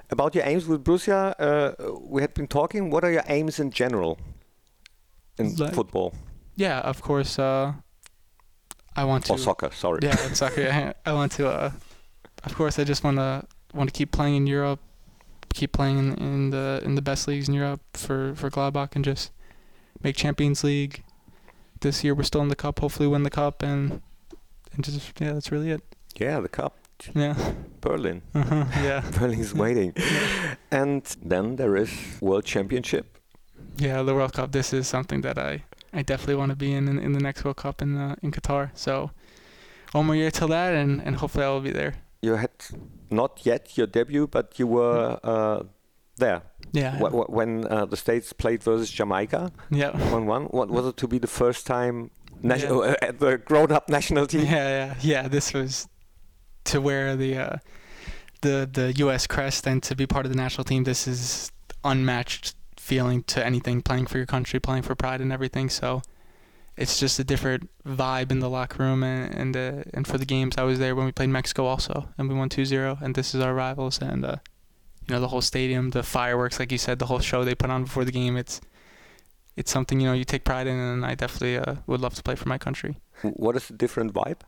Speaker 3: About your aims with Borussia, uh, we had been talking. What are your aims in general in
Speaker 4: Like-
Speaker 3: football
Speaker 4: Yeah, of course. Uh, I want to.
Speaker 3: or soccer? Sorry.
Speaker 4: Yeah, in soccer. yeah. I want to. Uh, of course, I just want to want to keep playing in Europe, keep playing in, in the in the best leagues in Europe for for Gladbach, and just make Champions League. This year, we're still in the cup. Hopefully, win the cup, and and just yeah, that's really it.
Speaker 3: Yeah, the cup,
Speaker 4: Yeah, <laughs>
Speaker 3: Berlin.
Speaker 4: uh-huh. <laughs> yeah,
Speaker 3: <laughs> Berlin is waiting. and then there is World Championship.
Speaker 4: yeah. The World Cup. This is something that I I definitely want to be in, in in the next World Cup in uh, in Qatar. So one more year till that, and and hopefully I will be there.
Speaker 3: You had not yet your debut, but you were
Speaker 4: Mm-hmm.
Speaker 3: uh, there
Speaker 4: Yeah.
Speaker 3: Wh- wh- when uh, the States played versus Jamaica
Speaker 4: yeah.
Speaker 3: one-one. What was it to be the first time nat-
Speaker 4: Yeah.
Speaker 3: uh, <laughs> at the grown-up national team?
Speaker 4: <laughs> Yeah, yeah, yeah. This was to wear the uh, the the U.S. crest and to be part of the national team. This is unmatched feeling to anything. Playing for your country, playing for pride, and everything. So it's just a different vibe in the locker room and and, uh, and for the games. I was there when we played Mexico also, and we won 2-0, And this is our rivals, and uh, you know the whole stadium, the fireworks, like you said, the whole show they put on before the game. It's it's something you know you take pride in, and I definitely uh, would love to play for my country
Speaker 3: Wh- What is the different vibe?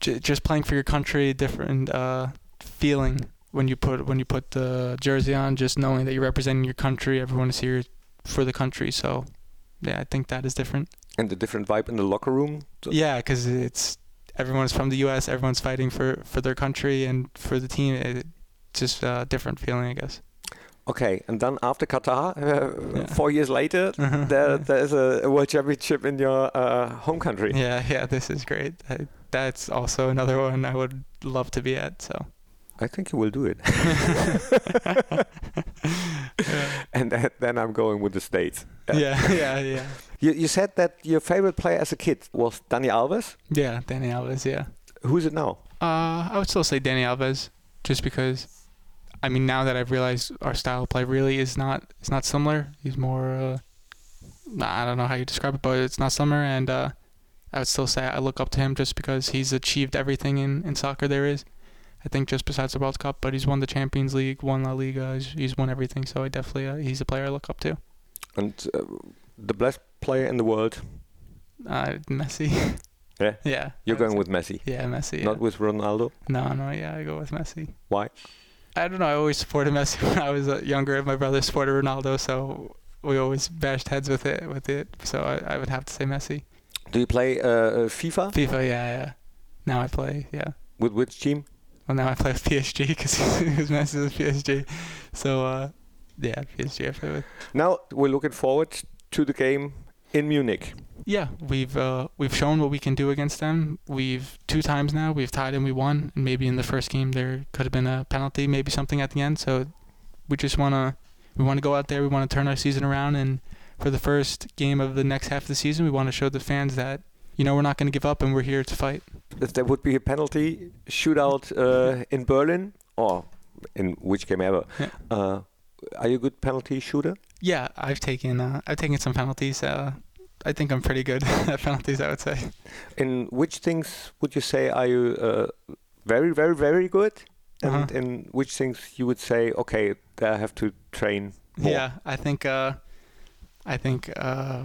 Speaker 4: j- just playing for your country, different uh, feeling when you put when you put the jersey on. Just knowing that you're representing your country, everyone is here for the country. So, yeah, I think that is different.
Speaker 3: And the different vibe in the locker room? So-
Speaker 4: Yeah, because it's everyone's from the U.S. Everyone's fighting for for their country and for the team. It, just a different feeling, I guess.
Speaker 3: Okay, and then after Qatar, uh,
Speaker 4: Yeah.
Speaker 3: four years later, there,
Speaker 4: <laughs>
Speaker 3: there is a a World Championship in your uh, home country.
Speaker 4: Yeah, yeah, this is great. I, that's also another one I would love to be at. So,
Speaker 3: I think you will do
Speaker 4: <laughs>
Speaker 3: it. <laughs> <laughs> And that, then I'm going with the States.
Speaker 4: <laughs> yeah, yeah, yeah,
Speaker 3: <laughs> You, you said that your favorite player as a kid was Dani Alves.
Speaker 4: yeah. Danny Alves, yeah.
Speaker 3: Who's it now?
Speaker 4: Uh, I would still say Danny Alves, just because. I mean, now that I've realized our style of play really is not is not similar. He's more. Uh, I don't know how you describe it, but it's not similar, and uh, I would still say I look up to him just because he's achieved everything in, in soccer there is. I think just besides the World Cup, but he's won the Champions League, won La Liga, he's, he's won everything. So I definitely uh, he's a player I look up to.
Speaker 3: And uh, the best player in the world.
Speaker 4: Uh, Messi.
Speaker 3: Yeah?
Speaker 4: <laughs> Yeah.
Speaker 3: You're
Speaker 4: I would
Speaker 3: going with Messi,
Speaker 4: say- Yeah, Messi. yeah.
Speaker 3: not with Ronaldo.
Speaker 4: No, no, yeah, I go with Messi.
Speaker 3: Why?
Speaker 4: I don't know. I always supported Messi <laughs> when I was uh, younger. My brother supported Ronaldo, so we always bashed heads with it. With it, so I, I would have to say Messi.
Speaker 3: Do you play uh, uh, FIFA?
Speaker 4: FIFA, yeah, yeah. Now I play, yeah.
Speaker 3: With which team?
Speaker 4: Well, now I play with PSG <laughs> because Messi is PSG. So, uh, yeah, PSG I play with.
Speaker 3: Now we're looking forward to the game in Munich.
Speaker 4: Yeah, we've uh, we've shown what we can do against them. We've two times now we've tied and we won. And maybe in the first game there could have been a penalty, maybe something at the end. So we just wanna we want to go out there. We want to turn our season around. And for the first game of the next half of the season, we want to show the fans that you know we're not going to give up and we're here to fight.
Speaker 3: If there would be a penalty shootout
Speaker 4: <laughs>
Speaker 3: uh, in Berlin or in which game ever,
Speaker 4: Yeah.
Speaker 3: uh, are you a good penalty shooter?
Speaker 4: Yeah, I've taken uh, I've taken some penalties. Uh, I think I'm pretty good <laughs> at penalties. I would say.
Speaker 3: In which things would you say are you uh, very, very, very good? And
Speaker 4: Uh-huh.
Speaker 3: in which things you would say, okay, I have to train more?
Speaker 4: Yeah, I think uh, I think uh,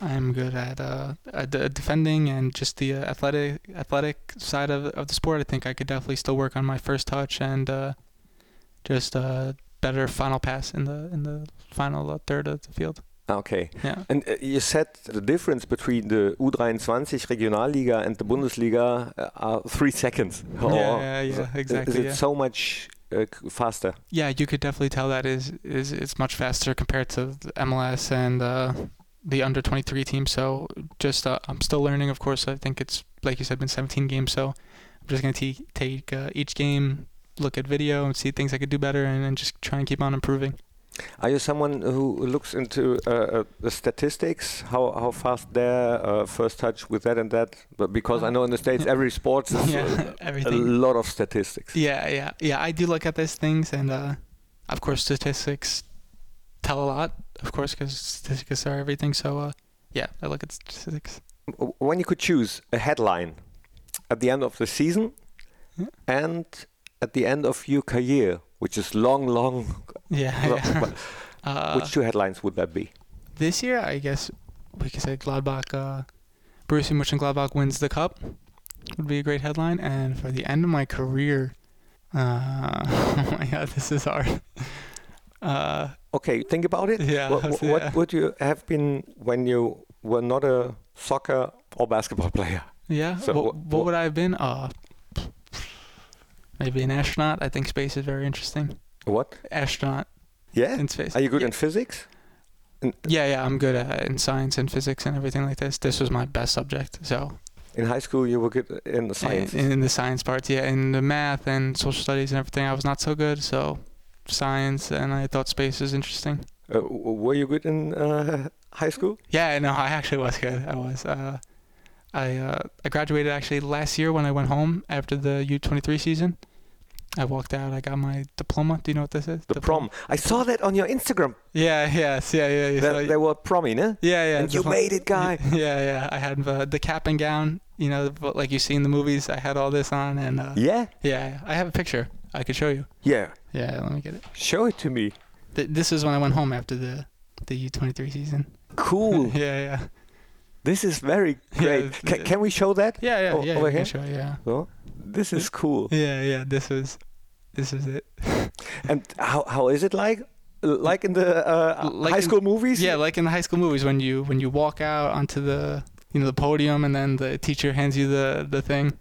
Speaker 4: I'm good at uh, at the defending and just the uh, athletic athletic side of of the sport. I think I could definitely still work on my first touch and uh, just uh, better final pass in the in the final uh, third of the field.
Speaker 3: Okay.
Speaker 4: Yeah.
Speaker 3: And uh, you said the difference between the U23 Regionalliga and the Bundesliga uh, are three seconds. Or
Speaker 4: <laughs> yeah, yeah,
Speaker 3: is-
Speaker 4: yeah, exactly.
Speaker 3: Is it
Speaker 4: yeah.
Speaker 3: so much uh, c- faster?
Speaker 4: Yeah, you could definitely tell that is is it's much faster compared to the MLS and uh, the under 23 team. So just uh, I'm still learning, of course. I think it's like you said, been 17 games, so I'm just gonna t- take uh, each game, look at video, and see things I could do better, and, and just try and keep on improving.
Speaker 3: Are you someone who looks into uh, uh, the statistics, how, how fast their uh, first touch with that and that? But because I know in the States every sport is
Speaker 4: Uh-huh. <laughs> yeah,
Speaker 3: a
Speaker 4: everything.
Speaker 3: lot of statistics.
Speaker 4: Yeah, yeah, yeah. I do look at these things, and uh, of course, statistics tell a lot, of course, because statistics are everything. So uh, yeah, I look at statistics.
Speaker 3: W- When you could choose a headline at the end of the season
Speaker 4: Yeah.
Speaker 3: and at the end of your career, which is long, long,
Speaker 4: Yeah,
Speaker 3: Well,
Speaker 4: <laughs> yeah.
Speaker 3: well,
Speaker 4: uh,
Speaker 3: which two headlines would that be?
Speaker 4: this year, I guess we could say Gladbach, uh, Borussia Mönchengladbach wins the cup would be a great headline. And for the end of my career, Uh, <laughs> oh my god, this is hard. <laughs> Uh,
Speaker 3: Okay, think about it.
Speaker 4: Yeah,
Speaker 3: What,
Speaker 4: I
Speaker 3: what,
Speaker 4: see, yeah.
Speaker 3: what would you have been when you were not a soccer or basketball player?
Speaker 4: yeah.
Speaker 3: So
Speaker 4: what,
Speaker 3: what-
Speaker 4: what,
Speaker 3: what-
Speaker 4: would I have been? Uh, maybe an astronaut. I think space is very interesting.
Speaker 3: What?
Speaker 4: Astronaut
Speaker 3: Yeah.
Speaker 4: in space.
Speaker 3: Are you good
Speaker 4: yeah.
Speaker 3: in physics?
Speaker 4: Yeah, yeah. I'm good at, in science and physics and everything like this. This was my best subject. So
Speaker 3: In high school, you were good in the science.
Speaker 4: In, in the science parts, yeah. In the math and social studies and everything, I was not so good. So science and I thought space was interesting.
Speaker 3: Uh, w- were you good in uh, high school?
Speaker 4: Yeah, no, I actually was good. I was. Uh, I uh, I graduated actually last year when I went home after the U23 season. I walked out. I got my diploma. Do you know what this is?
Speaker 3: The prom. I saw that on your Instagram.
Speaker 4: Yeah. Yes. Yeah. Yeah. yeah.
Speaker 3: That,
Speaker 4: So-
Speaker 3: they were promming, eh?
Speaker 4: yeah. Yeah.
Speaker 3: and you
Speaker 4: diploma.
Speaker 3: made it, guy.
Speaker 4: <laughs> Yeah. Yeah. I had uh, the cap and gown. You know, but like you see in the movies. I had all this on, and uh,
Speaker 3: Yeah.
Speaker 4: yeah, I have a picture. I could show you.
Speaker 3: Yeah.
Speaker 4: Yeah. Let me get it.
Speaker 3: Show it to me.
Speaker 4: Th- this is when I went home after the the U23 season.
Speaker 3: Cool.
Speaker 4: <laughs> yeah, yeah,
Speaker 3: this is very
Speaker 4: <laughs> Yeah,
Speaker 3: great.
Speaker 4: it's-
Speaker 3: Ca- can we show that?
Speaker 4: yeah, yeah,
Speaker 3: Oh,
Speaker 4: yeah.
Speaker 3: over
Speaker 4: you
Speaker 3: here?
Speaker 4: can show- yeah,
Speaker 3: Oh, this is cool.
Speaker 4: yeah, yeah. This was, this was it.
Speaker 3: And how, how is it like? Like in the uh,
Speaker 4: Like
Speaker 3: high
Speaker 4: in-
Speaker 3: school movies?
Speaker 4: Yeah, like in the high school movies when you when you walk out onto the you know the podium and then the teacher hands you the the thing,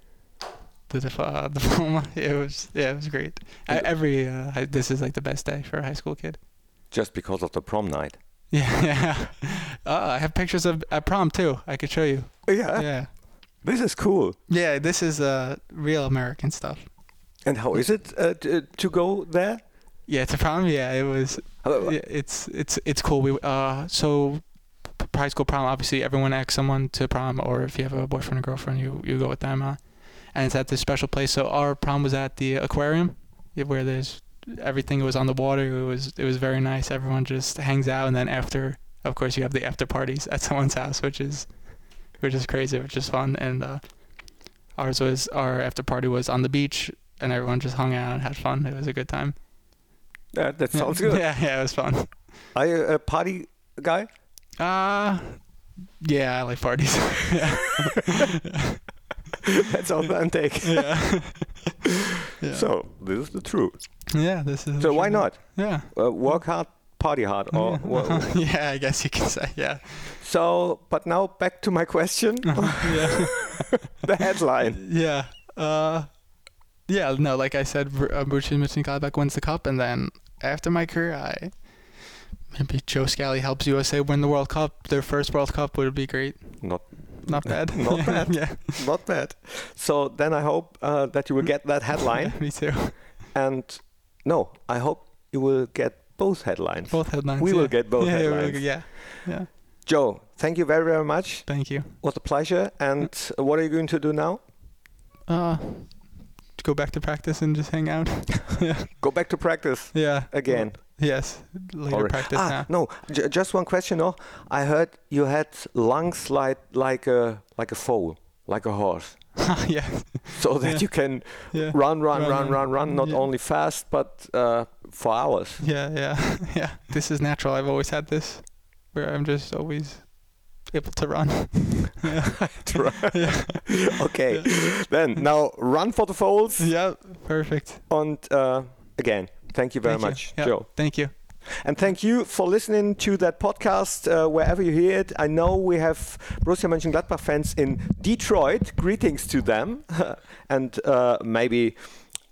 Speaker 4: the dif- uh, <laughs> diploma. It was yeah, it was great. I, every uh, hi- this is like the best day for a high school kid. <laughs>
Speaker 3: Just because of the prom night.
Speaker 4: Yeah, yeah. Uh, I have pictures of at prom too. I could show you.
Speaker 3: Yeah.
Speaker 4: Yeah,
Speaker 3: This is cool.
Speaker 4: yeah. This is uh real American stuff.
Speaker 3: And how is it uh, t- to go there?
Speaker 4: Yeah, it's a problem. Yeah, it was.
Speaker 3: How-
Speaker 4: Yeah, it's it's it's cool. We uh so p- high school prom. Obviously, everyone asks someone to prom, or if you have a boyfriend or girlfriend, you you go with them. Uh, and it's at this special place. So our prom was at the aquarium, yeah, where there's everything was on the water. It was it was very nice. Everyone just hangs out, and then after, of course, you have the after parties <laughs> at someone's house, which is which is crazy, which is fun. And uh, ours was our after party was on the beach, and everyone just hung out and had fun. It was a good time.
Speaker 3: That, uh, that
Speaker 4: <laughs> Yeah.
Speaker 3: sounds good.
Speaker 4: Yeah, yeah, it was fun.
Speaker 3: Are you a party guy? <laughs>
Speaker 4: Uh yeah, I like parties. <laughs>
Speaker 3: That's authentic. <laughs>
Speaker 4: yeah. <laughs> yeah.
Speaker 3: So, this is the truth.
Speaker 4: yeah, this is
Speaker 3: So, why not? Oh,
Speaker 4: Yeah.
Speaker 3: Uh, work hard, party hard.
Speaker 4: <laughs>
Speaker 3: Or wha-
Speaker 4: yeah, I guess you can say
Speaker 3: <laughs>
Speaker 4: yeah.
Speaker 3: So, but now back to my question
Speaker 4: Uh-huh. yeah. <laughs>
Speaker 3: the headline.
Speaker 4: Yeah. Uh yeah, no, like I said, Br- uh, Borussia Mönchengladbach wins the cup, and then after my career, I maybe Joe Scally helps USA win the World Cup. Their first World Cup would be great.
Speaker 3: Not,
Speaker 4: Not bad.
Speaker 3: <laughs> Not bad.
Speaker 4: <laughs> yeah.
Speaker 3: <laughs> not bad. So, then I hope uh, that you will get that headline.
Speaker 4: <laughs> Me too.
Speaker 3: and no, I hope you will get both headlines.
Speaker 4: Both headlines.
Speaker 3: We will
Speaker 4: yeah.
Speaker 3: get both
Speaker 4: yeah, we will
Speaker 3: headlines.
Speaker 4: get- Yeah. Yeah.
Speaker 3: Joe, thank you very, very much.
Speaker 4: Thank you.
Speaker 3: What a pleasure. And
Speaker 4: Mm.
Speaker 3: what are you going to do now?
Speaker 4: Uh, to go back to practice and just hang out. <laughs> yeah.
Speaker 3: Go back to practice
Speaker 4: Yeah.
Speaker 3: again.
Speaker 4: Yes. Later
Speaker 3: Or-
Speaker 4: practice
Speaker 3: ah,
Speaker 4: now. <laughs>
Speaker 3: no, j- just one question. No, I heard you had lungs like like a like a foal, like a horse,
Speaker 4: yes.
Speaker 3: so that
Speaker 4: Ah, Yeah.
Speaker 3: you can
Speaker 4: Yeah.
Speaker 3: run, run,
Speaker 4: Run,
Speaker 3: run, run,
Speaker 4: run.
Speaker 3: run, not
Speaker 4: Yeah.
Speaker 3: only fast but uh, for hours.
Speaker 4: Yeah. Yeah. <laughs> Yeah. This is natural. I've always had this, where I'm just always able to run. <laughs>
Speaker 3: <laughs>
Speaker 4: yeah. <laughs> yeah.
Speaker 3: okay, then now run for the foals.
Speaker 4: Yeah. Perfect.
Speaker 3: And uh, again, thank you very
Speaker 4: Thank you.
Speaker 3: much,
Speaker 4: Yeah.
Speaker 3: Joe.
Speaker 4: Thank you.
Speaker 3: And thank you for listening to that podcast uh, wherever you hear it. I know we have Borussia Mönchengladbach fans in Detroit. Greetings to them, <laughs> and uh, maybe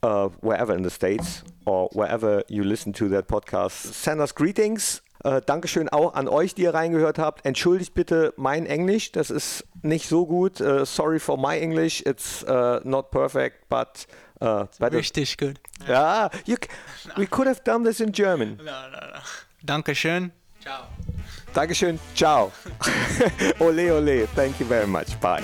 Speaker 3: uh, wherever in the states or wherever you listen to that podcast, send us greetings. Äh, Dankeschön auch an euch, die ihr reingehört habt. Entschuldigt bitte mein Englisch, das ist nicht so gut. Äh, sorry for my English, it's uh, not perfect, but uh, better.
Speaker 4: Richtig good.
Speaker 3: Ah, you c- we could have done this in German.
Speaker 4: No. No. No. Dankeschön. Ciao.
Speaker 3: Dankeschön. Ciao. <laughs> ole, ole. Thank you very much. Bye.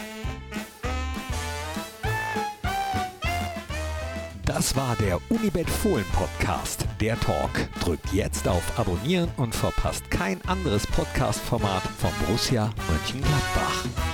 Speaker 1: Das war der Unibet Fohlen Podcast, der Talk. Drückt jetzt auf Abonnieren und verpasst kein anderes Podcast-Format von Borussia Mönchengladbach.